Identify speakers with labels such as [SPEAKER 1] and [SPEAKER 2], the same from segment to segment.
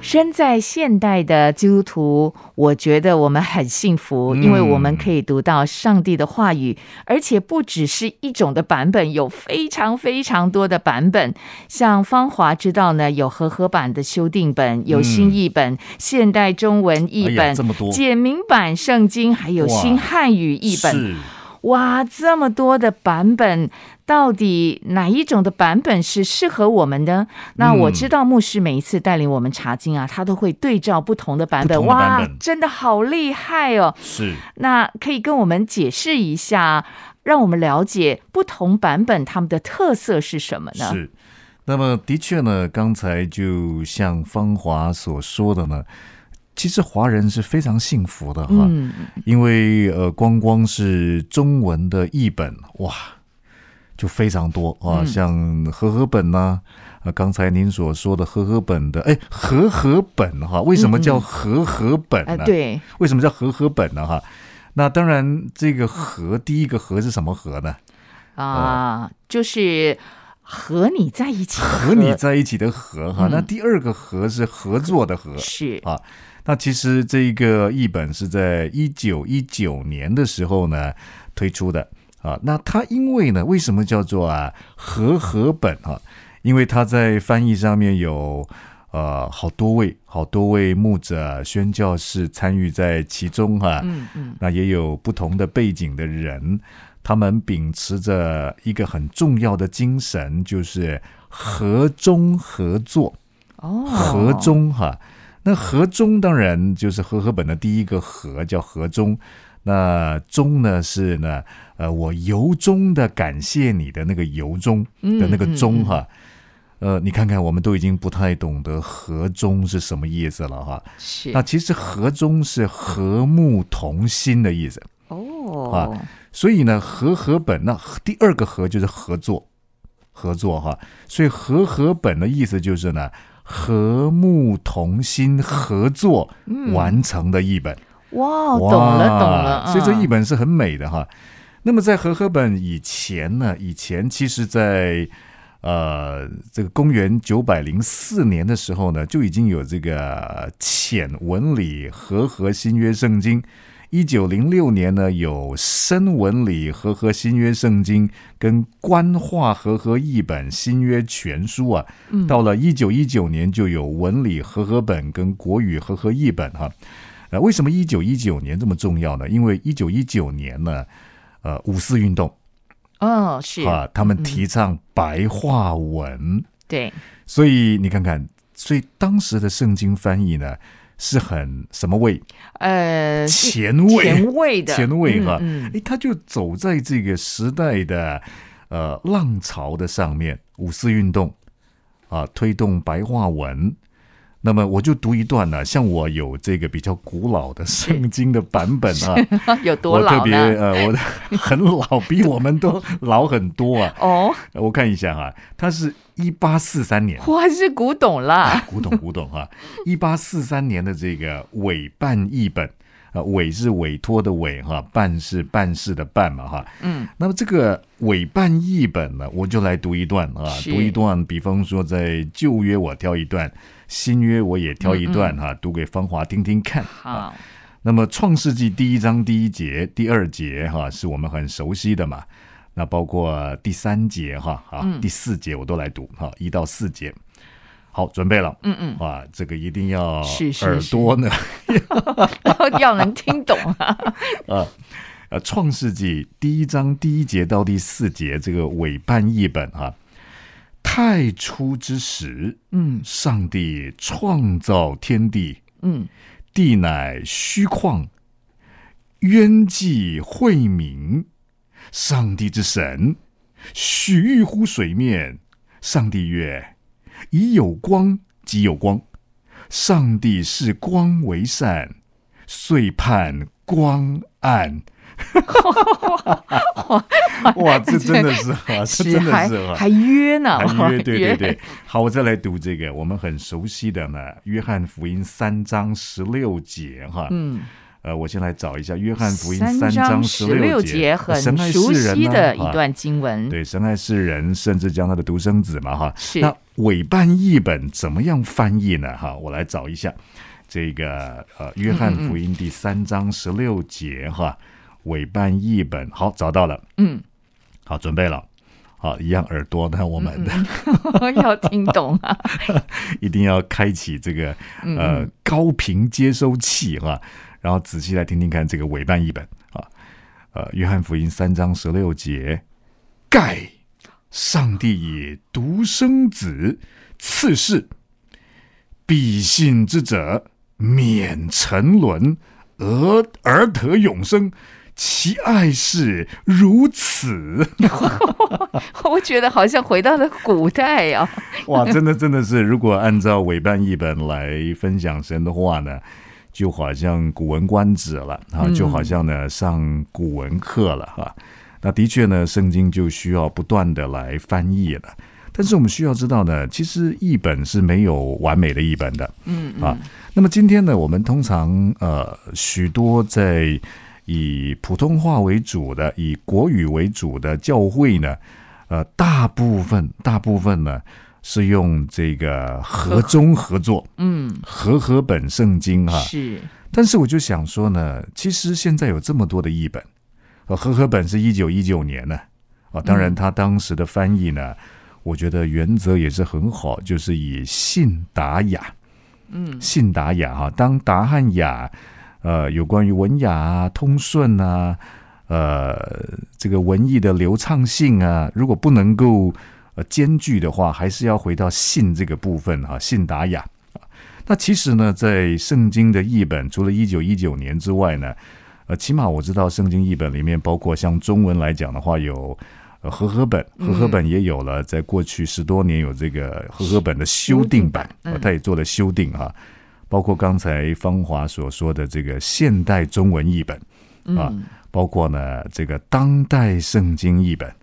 [SPEAKER 1] 身在现代的基督徒，我觉得我们很幸福，
[SPEAKER 2] 嗯
[SPEAKER 1] 因为我们可以读到上帝的话语，而且不只是一种的版本，有非常非常多的版本。像芳华知道呢，有和合版的修订本，有新译本、现代中文译
[SPEAKER 2] 嗯哎呀
[SPEAKER 1] 本、
[SPEAKER 2] 这么多
[SPEAKER 1] 简明版圣经，还有
[SPEAKER 2] 哇
[SPEAKER 1] 新汉语译本。
[SPEAKER 2] 是
[SPEAKER 1] 哇，这么多的版本，到底哪一种的版本是适合我们呢？那
[SPEAKER 2] 嗯
[SPEAKER 1] 我知道牧师每一次带领我们查经啊，他都会对照不同的版本，
[SPEAKER 2] 不同的版
[SPEAKER 1] 哇
[SPEAKER 2] 本，
[SPEAKER 1] 真的好厉害哦！
[SPEAKER 2] 是，
[SPEAKER 1] 那可以跟我们解释一下，让我们了解不同版本它们的特色是什么呢？
[SPEAKER 2] 是。那么的确呢，刚才就像芳华所说的呢，其实华人是非常幸福的哈，
[SPEAKER 1] 嗯，
[SPEAKER 2] 因为呃，光光是中文的译本哇，就非常多啊，
[SPEAKER 1] 嗯
[SPEAKER 2] 像和合本呐、呃，刚才您所说的和合本的，哎，和合本哈、为什么叫和合本呢？
[SPEAKER 1] 哎、嗯对，
[SPEAKER 2] 为什么叫和合本呢？哈，那当然，这个和第一个和是什么和呢？呃
[SPEAKER 1] 啊、就是和你在一起的和，
[SPEAKER 2] 和你在一起的和哈，
[SPEAKER 1] 嗯
[SPEAKER 2] 那第二个和是合作的和。
[SPEAKER 1] 是
[SPEAKER 2] 啊那其实这个译本是在一九一九年的时候呢推出的啊。那它因为呢，为什么叫做啊和合本哈、啊？因为它在翻译上面有呃好多位好多位牧者宣教士参与在其中哈、
[SPEAKER 1] 嗯嗯，
[SPEAKER 2] 那也有不同的背景的人，他们秉持着一个很重要的精神，就是和中合作，
[SPEAKER 1] 哦，
[SPEAKER 2] 和中哈、那和中当然就是和合本的第一个和叫和中，那中呢是呢，呃，我由衷的感谢你的那个由衷的那个中哈。呃，你看看，我们都已经不太懂得和中是什么意思了哈。
[SPEAKER 1] 是
[SPEAKER 2] 那其实和中是和睦同心的意思。
[SPEAKER 1] 哦，
[SPEAKER 2] 所以呢，和合本那第二个和就是合作，合作哈。所以和合本的意思就是呢，和睦同心合作完成的译本。
[SPEAKER 1] 哇，哦懂
[SPEAKER 2] 哇
[SPEAKER 1] 了懂了，
[SPEAKER 2] 所以这
[SPEAKER 1] 嗯
[SPEAKER 2] 译本是很美的哈。那么在和合本以前呢，以前其实在呃这个公元九百零四年的时候呢，就已经有这个浅文理和合新约圣经。一九零六年呢，有深文理和合新约圣经跟官话和合译本新约全书啊。
[SPEAKER 1] 嗯
[SPEAKER 2] 到了一九一九年，就有文理和合本跟国语和合译本哈、呃，为什么一九一九年这么重要呢？因为一九一九年呢，呃，五四运动
[SPEAKER 1] 哦，是
[SPEAKER 2] 啊，他们提倡白话文，
[SPEAKER 1] 对，
[SPEAKER 2] 所以你看看，所以当时的圣经翻译呢是很什么味？
[SPEAKER 1] 呃，是
[SPEAKER 2] 前卫，
[SPEAKER 1] 前卫的
[SPEAKER 2] 前卫哈、
[SPEAKER 1] 嗯嗯
[SPEAKER 2] 诶，他就走在这个时代的呃浪潮的上面，五四运动啊，推动白话文。那么我就读一段呢、像我有这个比较古老的圣经的版本啊，
[SPEAKER 1] 嗯 有多
[SPEAKER 2] 我特
[SPEAKER 1] 老
[SPEAKER 2] 别
[SPEAKER 1] 呢？
[SPEAKER 2] 呃，我的很老，比我们都老很多啊。
[SPEAKER 1] 哦，
[SPEAKER 2] 我看一下哈、啊它是一八四三年，
[SPEAKER 1] 哇，是古董啦，
[SPEAKER 2] 古董古董哈、一八四三年的这个委办译本，啊、委是委托的委哈、办是办事的办嘛哈、
[SPEAKER 1] 嗯，
[SPEAKER 2] 那么这个委办译本呢，我就来读一段啊，
[SPEAKER 1] 是
[SPEAKER 2] 读一段，比方说在旧约我挑一段，新约我也挑一段
[SPEAKER 1] 嗯
[SPEAKER 2] 哈、读给芳华听听看。啊。
[SPEAKER 1] 好，
[SPEAKER 2] 那么《创世纪》第一章第一节、第二节哈、是我们很熟悉的嘛。那包括第三节哈啊、
[SPEAKER 1] 嗯
[SPEAKER 2] 第四节我都来读哈，一到四节。好，准备了。
[SPEAKER 1] 嗯 嗯，
[SPEAKER 2] 哇，这个一定要
[SPEAKER 1] 是是
[SPEAKER 2] 耳朵呢。
[SPEAKER 1] 然后要能听懂啊，
[SPEAKER 2] 呃，《创世纪》第一章第一节到第四节这个委办译本啊，太初之时，
[SPEAKER 1] 嗯
[SPEAKER 2] 上帝创造天地，
[SPEAKER 1] 嗯，
[SPEAKER 2] 地乃虚旷，渊寂晦明。上帝之神，许欲乎水面。上帝曰：“以有光，即有光。上帝视光为善，遂判光暗。 哇，这真的 是啊，这 真的
[SPEAKER 1] 还
[SPEAKER 2] 是啊
[SPEAKER 1] 还。约呢，
[SPEAKER 2] 还约，对对
[SPEAKER 1] 约
[SPEAKER 2] 对，好，我再来读这个我们很熟悉的呢，《约翰福音》三章十六节哈，
[SPEAKER 1] 嗯，
[SPEAKER 2] 呃，我先来找一下《约翰福音》
[SPEAKER 1] 三
[SPEAKER 2] 章
[SPEAKER 1] 十
[SPEAKER 2] 六
[SPEAKER 1] 节很
[SPEAKER 2] 神爱
[SPEAKER 1] 熟
[SPEAKER 2] 世人
[SPEAKER 1] 悉
[SPEAKER 2] 呢
[SPEAKER 1] 的
[SPEAKER 2] 啊
[SPEAKER 1] 一段经文，
[SPEAKER 2] 对，神爱世人，甚至将他的独生子嘛，哈。
[SPEAKER 1] 是
[SPEAKER 2] 那委办译本怎么样翻译呢？哈，我来找一下这个
[SPEAKER 1] 嗯
[SPEAKER 2] 呃，《约翰福音》第三章十六节哈，委办译本，好，找到了，
[SPEAKER 1] 嗯，
[SPEAKER 2] 好，准备了。好，一样耳朵呢，我
[SPEAKER 1] 嗯
[SPEAKER 2] 们
[SPEAKER 1] 要听懂啊，
[SPEAKER 2] 一定要开启这个呃高频接收器哈，然后仔细来听听看这个委办译本啊，呃，《约翰福音》三章十六节，盖上帝以独生子赐世，必信之者免沉沦，而而得永生。其爱是如此，
[SPEAKER 1] 我觉得好像回到了古代啊，
[SPEAKER 2] 哇，真的真的是，如果按照伪办译本来分享神的话呢，就好像古文观止了啊，就好像呢上古文课了哈、啊那的确呢，圣经就需要不断的来翻译了。但是我们需要知道呢，其实译本是没有完美的译本的，嗯啊。那么今天呢，我们通常呃许多在以普通话为主的、以国语为主的教会呢，呃，大部分大部分呢是用这个和中合作，
[SPEAKER 1] 嗯，
[SPEAKER 2] 和合本圣经啊。
[SPEAKER 1] 是，
[SPEAKER 2] 但是我就想说呢，其实现在有这么多的译本，呃，和合本是一九一九年呢，啊，当然他当时的翻译呢，我觉得原则也是很好，就是以信达雅，嗯，信达雅哈、当达汉雅，呃，有关于文雅啊、通顺啊，呃，这个文艺的流畅性啊，如果不能够呃兼具的话，还是要回到信这个部分哈、信达雅。那其实呢，在圣经的译本，除了一九一九年之外呢，呃，起码我知道圣经译本里面包括像中文来讲的话，有呃和合本，
[SPEAKER 1] 嗯
[SPEAKER 2] 和合本也有了，在过去十多年有这个和合本的修订版，
[SPEAKER 1] 修订版嗯
[SPEAKER 2] 呃它也做了修订啊，包括刚才芳华所说的这个现代中文译本啊，
[SPEAKER 1] 嗯，
[SPEAKER 2] 包括呢这个当代圣经译本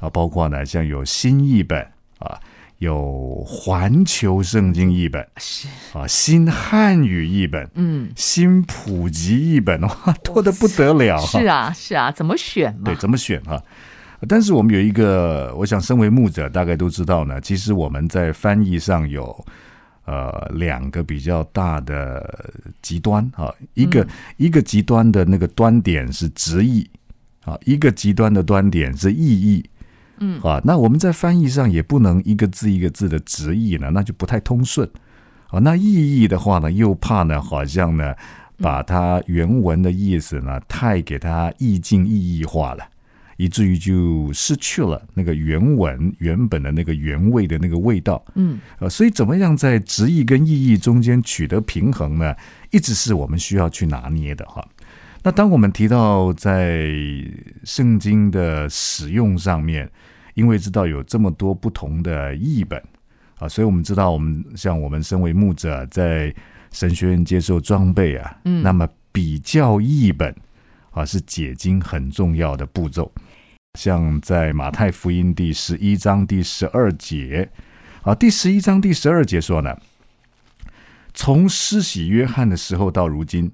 [SPEAKER 2] 啊，包括呢像有新译本啊，有环球圣经译本。
[SPEAKER 1] 是，
[SPEAKER 2] 啊，新汉语译本、
[SPEAKER 1] 嗯，
[SPEAKER 2] 新普及译本，哇，多的不得了、啊。
[SPEAKER 1] 是啊，是啊，怎么选嘛
[SPEAKER 2] 对，？怎么选哈、但是我们有一个，我想身为牧者大概都知道呢，其实我们在翻译上有呃两个比较大的极端啊，一
[SPEAKER 1] 嗯
[SPEAKER 2] 个、一个极端的那个端点是直译啊，一个极端的端点是意译。嗯啊，那我们在翻译上也不能一个字一个字的直译呢，那就不太通顺啊。那意译的话呢，又怕呢，好像呢，把它原文的意思呢太给它意境意义化了，以至于就失去了那个原文原本的那个原味的那个味道。
[SPEAKER 1] 嗯，
[SPEAKER 2] 呃，所以怎么样在直译跟意义中间取得平衡呢？一直是我们需要去拿捏的哈。那当我们提到在圣经的使用上面，因为知道有这么多不同的译本啊，所以我们知道，我们像我们身为牧者，在神学院接受装备啊，嗯、那么比较译本啊是解经很重要的步骤。像在马太福音第十一章第十二节，啊，第十一章第十二节说呢，从施洗约翰的时候到如今，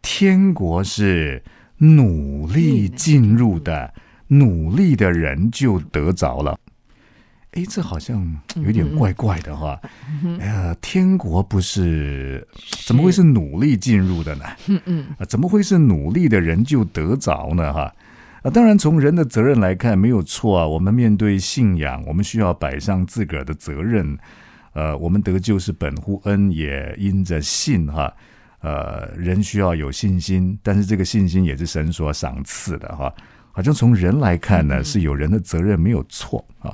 [SPEAKER 2] 天国是努力进入的，努力的人就得着了。哎，这好像有点怪怪的哈。
[SPEAKER 1] 嗯
[SPEAKER 2] 哎呀，天国不是怎么会是努力进入的呢？
[SPEAKER 1] 嗯嗯，
[SPEAKER 2] 啊，怎么会是努力的人就得着呢？哈，啊，当然从人的责任来看没有错啊。我们面对信仰，我们需要摆上自个儿的责任。呃，我们得救是本乎恩，也因着信哈。呃，人需要有信心，但是这个信心也是神所赏赐的哈。好像从人来看呢，是有人的责任没有错啊。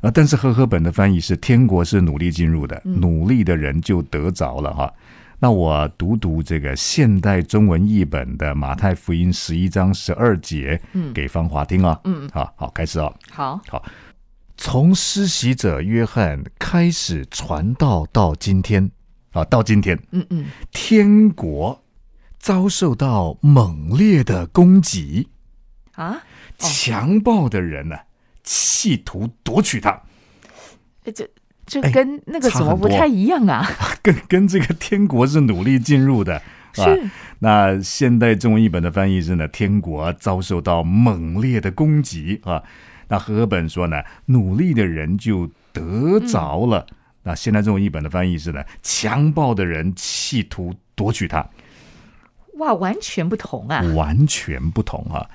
[SPEAKER 2] 啊，但是和合本的翻译是“天国是努力进入的，努力的人就得着了”哈。那我读读这个现代中文译本的《马太福音》十一章十二节，
[SPEAKER 1] 嗯
[SPEAKER 2] 给芳华听啊。
[SPEAKER 1] 嗯，
[SPEAKER 2] 好好，开始啊。
[SPEAKER 1] 好，
[SPEAKER 2] 从施洗者约翰开始传道到今天啊，到今天，
[SPEAKER 1] 嗯嗯，
[SPEAKER 2] 天国遭受到猛烈的攻击，
[SPEAKER 1] 啊，
[SPEAKER 2] 强暴的人呢、啊企图夺取他，
[SPEAKER 1] 呃这这
[SPEAKER 2] 哎
[SPEAKER 1] 跟那个
[SPEAKER 2] 差
[SPEAKER 1] 怎么
[SPEAKER 2] 很
[SPEAKER 1] 不
[SPEAKER 2] 多
[SPEAKER 1] 太一样啊？
[SPEAKER 2] 跟跟这个天国是努力进入的。啊
[SPEAKER 1] 是，
[SPEAKER 2] 那现代中译本的翻译是呢，天国遭受到猛烈的攻击啊。那和合本说呢，努力的人就得着了。那现代中译本的翻译是呢，强暴的人企图夺取它。
[SPEAKER 1] 哇，完全不同啊！
[SPEAKER 2] 完全不同啊。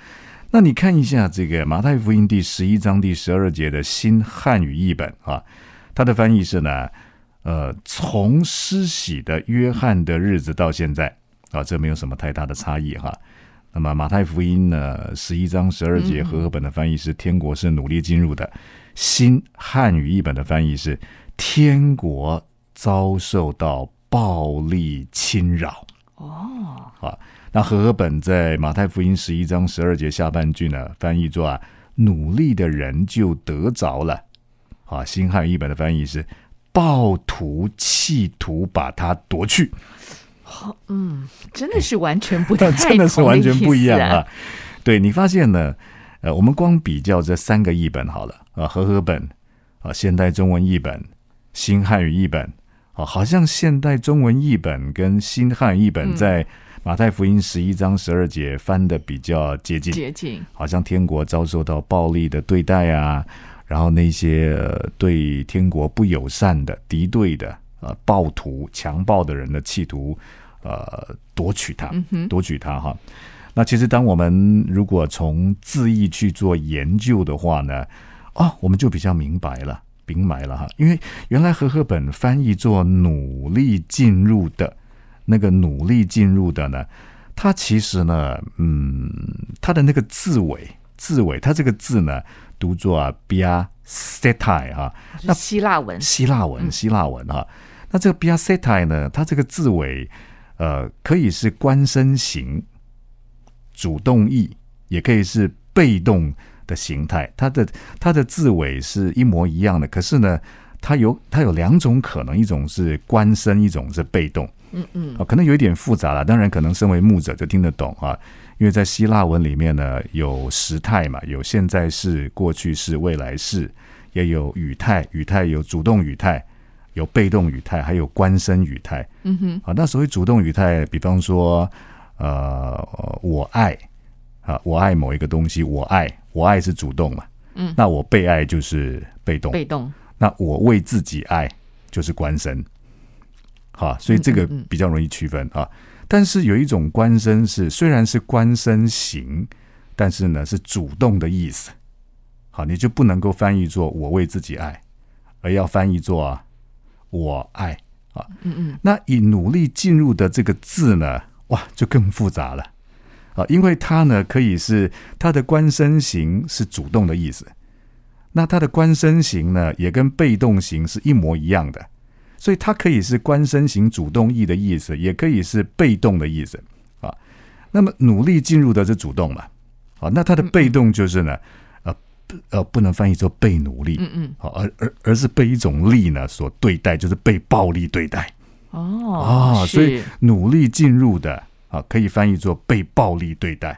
[SPEAKER 2] 那你看一下这个马太福音第十一章第十二节的新汉语译本啊，它的翻译是呢，呃，从施洗的约翰的日子到现在啊，这没有什么太大的差异哈、那么马太福音呢，十一章十二节和合本的翻译是“天国是努力进入的”，新汉语译本的翻译是“天国遭受到暴力侵扰”。那和合本在马太福音十一章十二节下半句呢，翻译作啊，努力的人就得着了。啊，新汉语译本的翻译是暴徒企图把它夺去，
[SPEAKER 1] 真的是完全 不太
[SPEAKER 2] 但
[SPEAKER 1] 同
[SPEAKER 2] 真的是完全不一样
[SPEAKER 1] 的意思
[SPEAKER 2] 啊。对你发现呢，呃，我们光比较这三个译本好了，啊，和合本，啊，现代中文译本，新汉语译本，啊，好像现代中文译本跟新汉语译
[SPEAKER 1] 嗯
[SPEAKER 2] 本在马太福音十一章十二节翻的比较接近，
[SPEAKER 1] 捷径。
[SPEAKER 2] 好像天国遭受到暴力的对待啊，然后那些、呃对天国不友善的、敌对的、呃暴徒、强暴的人的企图，呃夺取它，夺取它哈。那其实当我们如果从字义去做研究的话呢，哦，我们就比较明白了。明白了哈，因为原来和合本翻译作“努力进入的”，那个努力进入的呢，它其实呢，嗯，它的那个字尾，字尾，它这个字呢，读作啊 bia setai 啊，
[SPEAKER 1] 是希腊文
[SPEAKER 2] 希腊文，希腊文啊。那这个 bia setai 呢，它这个字尾，呃，可以是官声形，主动意，也可以是被动的形态。它的它的字尾是一模一样的，可是呢，它有它有两种可能，一种是官声，一种是被动。嗯嗯，可能有一点复杂了。当然，可能身为牧者就听得懂啊，因为在希腊文里面呢，有时态嘛，有现在式、过去式、未来式，也有语态，语态有主动语态，有被动语态，还有官声语态。嗯哼，啊，那所谓主动语态，比方说，呃，我爱啊，我爱某一个东西，我爱，我爱是主动嘛。嗯，那我被爱就是被动，
[SPEAKER 1] 被动，
[SPEAKER 2] 那我为自己爱就是官身，好，所以这个比较容易区分啊。但是有一种官身是虽然是官身行，但是呢是主动的意思，好，你就不能够翻译作我为自己爱，而要翻译作、啊、我爱啊。嗯嗯。那以努力进入的这个字呢，哇，就更复杂了。啊，因为它呢可以是它的官身行是主动的意思，那它的官身型呢，也跟被动型是一模一样的，所以它可以是官身型主动意的意思，也可以是被动的意思啊。那么努力进入的是主动嘛？啊，那它的被动就是呢，呃不呃，不能翻译作被奴隶，嗯嗯，好，而而而是被一种力呢所对待，就是被暴力对待
[SPEAKER 1] 哦
[SPEAKER 2] 啊所以
[SPEAKER 1] 是
[SPEAKER 2] 努力进入的啊，可以翻译作被暴力对待。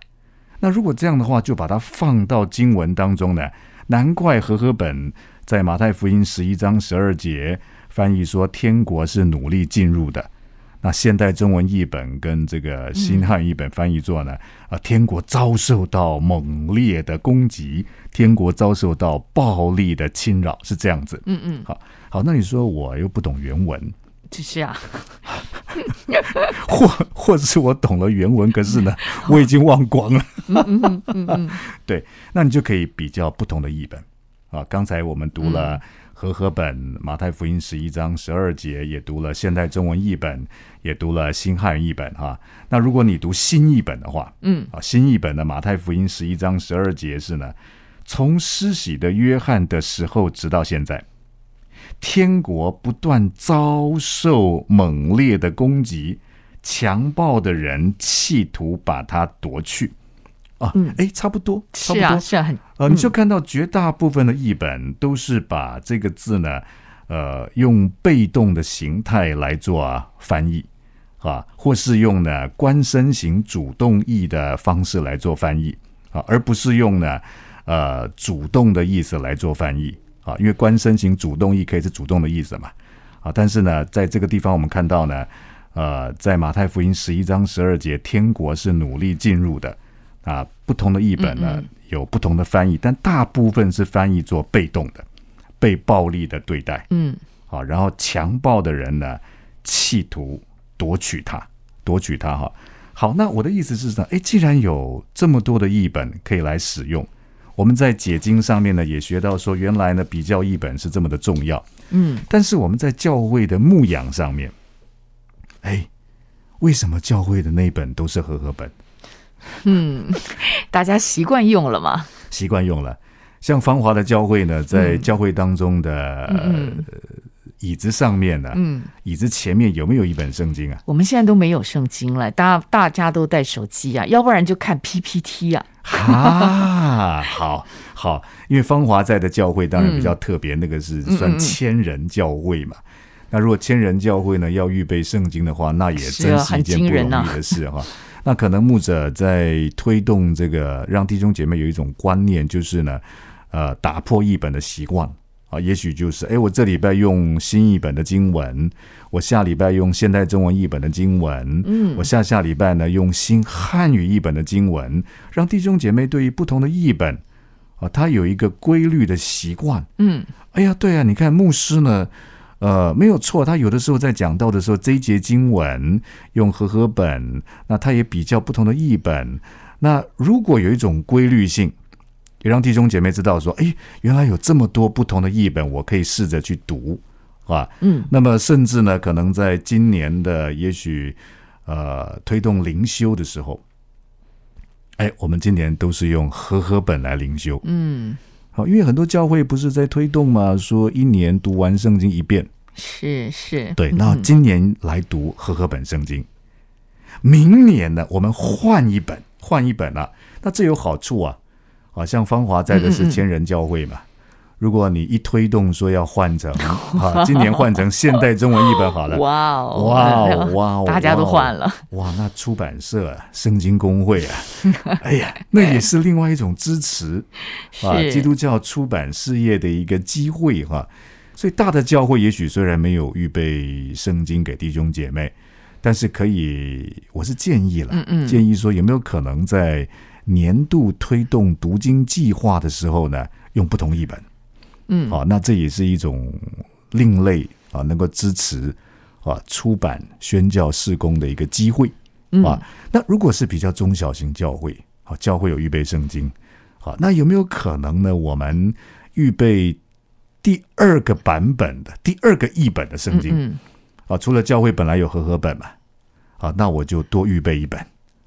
[SPEAKER 2] 那如果这样的话，就把它放到经文当中呢，难怪和合本在马太福音十一章十二节翻译说天国是努力进入的。那现代中文译本跟这个
[SPEAKER 1] 嗯
[SPEAKER 2] 新汉译本翻译作呢，啊，天国遭受到猛烈的攻击，天国遭受到暴力的侵扰，是这样子。嗯嗯，好，好，那你说我又不懂原文，
[SPEAKER 1] 就是啊，
[SPEAKER 2] 或 或者是我懂了原文，可是呢，我已经忘光了。 对，那你就可以比较不同的译本啊。刚才我们读了和合本《马太福音》十一章十二节，也读了现代中文译本，也读了新汉语译本哈、那如果你读新译本的话，嗯，啊，新译本的《马太福音》十一章十二节是呢，从施洗的约翰的时候直到现在。天国不断遭受猛烈的攻击，强暴的人企图把它夺去。啊，哎，差不多，差不
[SPEAKER 1] 嗯是
[SPEAKER 2] 多，
[SPEAKER 1] 啊，是啊，很
[SPEAKER 2] 呃，你就看到绝大部分的译本都是把这个字呢，呃，用被动的形态来做啊翻译。啊，或是用呢官身型主动意的方式来做翻译啊，而不是用呢呃主动的意思来做翻译啊，因为官身型主动意可以是主动的意思嘛啊，但是呢，在这个地方我们看到呢，呃，在马太福音十一章十二节，天国是努力进入的啊，不同的译本呢有不同的翻译，但大部分是翻译做被动的，被暴力的对待。
[SPEAKER 1] 嗯，
[SPEAKER 2] 啊，然后强暴的人呢，企图夺取它，夺取它哈。好，那我的意思是呢，诶，既然有这么多的译本可以来使用，我们在解经上面呢也学到说，原来呢比较译本是这么的重要。
[SPEAKER 1] 嗯，
[SPEAKER 2] 但是我们在教会的牧养上面，哎，为什么教会的那一本都是和合本？
[SPEAKER 1] 大家习惯用了嘛？
[SPEAKER 2] 习惯用了。像芳华的教会呢，在教会当中的、
[SPEAKER 1] 嗯
[SPEAKER 2] 呃椅子上面呢，
[SPEAKER 1] 嗯，
[SPEAKER 2] 椅子前面有没有一本圣经啊？
[SPEAKER 1] 我们现在都没有圣经了，大大家都带手机啊，要不然就看 PPT 啊。
[SPEAKER 2] 啊，好好，因为芳华在的教会当然比较特别，那个是算千人教会嘛。那如果千人教会呢，要预备圣经的话，那也
[SPEAKER 1] 是
[SPEAKER 2] 真
[SPEAKER 1] 啊
[SPEAKER 2] 是一件
[SPEAKER 1] 很
[SPEAKER 2] 不
[SPEAKER 1] 惊人
[SPEAKER 2] 容
[SPEAKER 1] 啊
[SPEAKER 2] 易的事哈、 那可能牧者在推动这个，让弟兄姐妹有一种观念，就是呢，呃，打破译本的习惯啊，也许就是，哎，我这礼拜用新译本的经文，我下礼拜用现代中文译本的经文，
[SPEAKER 1] 嗯
[SPEAKER 2] 我下下礼拜呢用新汉语译本的经文，让弟兄姐妹对于不同的译本啊，他有一个规律的习惯。
[SPEAKER 1] 嗯
[SPEAKER 2] 哎呀，对啊，你看牧师呢，呃，没有错，他有的时候在讲到的时候，这一节经文用和合本，那他也比较不同的译本。那如果有一种规律性，也让弟兄姐妹知道说，哎，原来有这么多不同的译本，我可以试着去读啊。
[SPEAKER 1] 嗯
[SPEAKER 2] 那么甚至呢，可能在今年的也许呃推动灵修的时候，哎，我们今年都是用和合本来灵修。
[SPEAKER 1] 嗯，
[SPEAKER 2] 好，因为很多教会不是在推动嘛，说一年读完圣经一遍，
[SPEAKER 1] 是是，
[SPEAKER 2] 对，
[SPEAKER 1] 嗯
[SPEAKER 2] 那今年来读和合本圣经，明年呢我们换一本，换一本啊，那这有好处啊，好像芳华在
[SPEAKER 1] 嗯
[SPEAKER 2] 的
[SPEAKER 1] 嗯
[SPEAKER 2] 是
[SPEAKER 1] 嗯
[SPEAKER 2] 千人教会嘛。如果你一推动说要换 成啊，今年换成现代中文译本好了，
[SPEAKER 1] 哇哦
[SPEAKER 2] 哇 哦哇哦，
[SPEAKER 1] 大家都换了，
[SPEAKER 2] 哇，那出版社、啊、圣经公会 啊，哎呀，那也是另外一种支持啊，
[SPEAKER 1] 是
[SPEAKER 2] 基督教出版事业的一个机会哈、所以大的教会也许虽然没有预备圣经给弟兄姐妹，但是可以，我是建议了，
[SPEAKER 1] 嗯嗯
[SPEAKER 2] 建议说有没有可能在年度推动读经计划的时候呢，用不同译本。
[SPEAKER 1] 嗯
[SPEAKER 2] 啊，那这也是一种另类啊，能够支持啊出版宣教事工的一个机会
[SPEAKER 1] 嗯
[SPEAKER 2] 啊。那如果是比较中小型教会，啊，教会有预备圣经，好，那有没有可能呢？我们预备第二个版本的第二个译本的圣经
[SPEAKER 1] 嗯
[SPEAKER 2] 啊，除了教会本来有和合本嘛，啊，那我就多预备一本，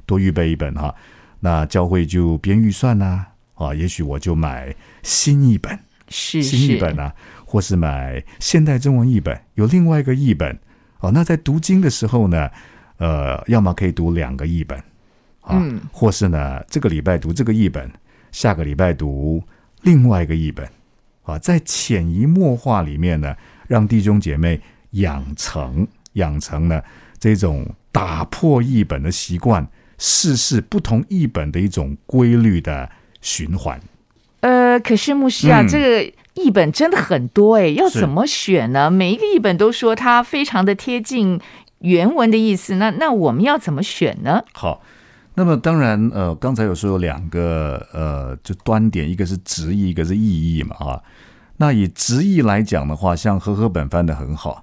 [SPEAKER 2] 多预备一本哈、那教会就编预算呐、啊，也许我就买新译本。
[SPEAKER 1] 是
[SPEAKER 2] 新译本
[SPEAKER 1] 是
[SPEAKER 2] 啊，或是买现代中文译本，有另外一个译本。哦，那在读经的时候呢，呃，要么可以读两个译本，啊，
[SPEAKER 1] 嗯
[SPEAKER 2] 或是呢，这个礼拜读这个译本，下个礼拜读另外一个译本，啊，在潜移默化里面呢，让弟兄姐妹养成养成呢这种打破译本的习惯，试试不同译本的一种规律的循环。
[SPEAKER 1] 呃，可是牧师啊，
[SPEAKER 2] 嗯
[SPEAKER 1] 这个译本真的很多哎，要
[SPEAKER 2] 是
[SPEAKER 1] 怎么选呢？每一个译本都说它非常的贴近原文的意思，那那我们要怎么选呢？
[SPEAKER 2] 好，那么当然，呃，刚才有说有两个呃，就端点，一个是直译，一个是意译嘛，啊。那以直译来讲的话，像和合本翻的很好，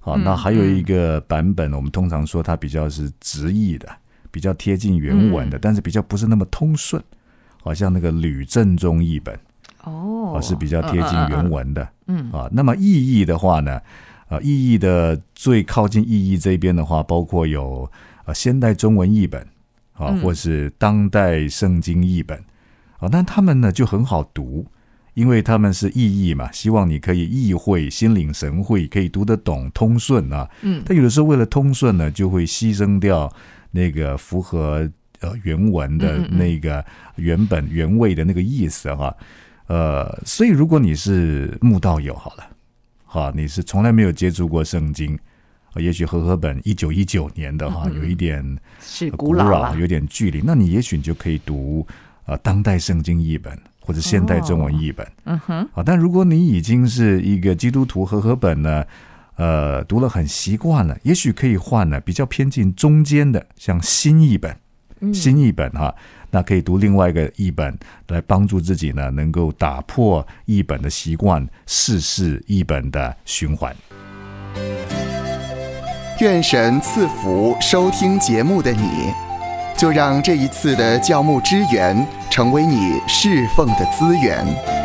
[SPEAKER 2] 好，那还有一个版本，我们通常说它比较是直译的，比较贴近原文的，但是比较不是那么通顺，好像那个吕正中译本。
[SPEAKER 1] 哦嗯
[SPEAKER 2] 啊，是比较贴近原
[SPEAKER 1] 文，
[SPEAKER 2] 文的，
[SPEAKER 1] 嗯
[SPEAKER 2] 啊，那么意译的话呢，呃，意译的最靠近意译这边的话，包括有呃现代中文译本啊，
[SPEAKER 1] 嗯
[SPEAKER 2] 或是当代圣经译本啊，那他们呢就很好读，因为他们是意译嘛，希望你可以意会、心领神会，可以读得懂、通顺啊。
[SPEAKER 1] 嗯
[SPEAKER 2] 但有的时候为了通顺呢，就会牺牲掉那个符合呃原文的
[SPEAKER 1] 嗯嗯嗯
[SPEAKER 2] 那个原本原味的那个意思哈、呃，所以如果你是慕道友好了，哈，你是从来没有接触过圣经呃也许和合本一九一九年的
[SPEAKER 1] 嗯
[SPEAKER 2] 哈，有一点
[SPEAKER 1] 是
[SPEAKER 2] 呃
[SPEAKER 1] 古老啊了。
[SPEAKER 2] 有点距离，那你也许你就可以读呃当代圣经译本或者现代中文译本。
[SPEAKER 1] 嗯哼，
[SPEAKER 2] 啊，但如果你已经是一个基督徒和合本呢，呃，读了很习惯了，也许可以换呢，比较偏近中间的，像新译本，
[SPEAKER 1] 嗯
[SPEAKER 2] 新译本哈、那可以读另外一个译本来帮助自己呢，能够打破译本的习惯，试试译本的循环。
[SPEAKER 3] 愿神赐福收听节目的你，就让这一次的教牧支援成为你侍奉的资源。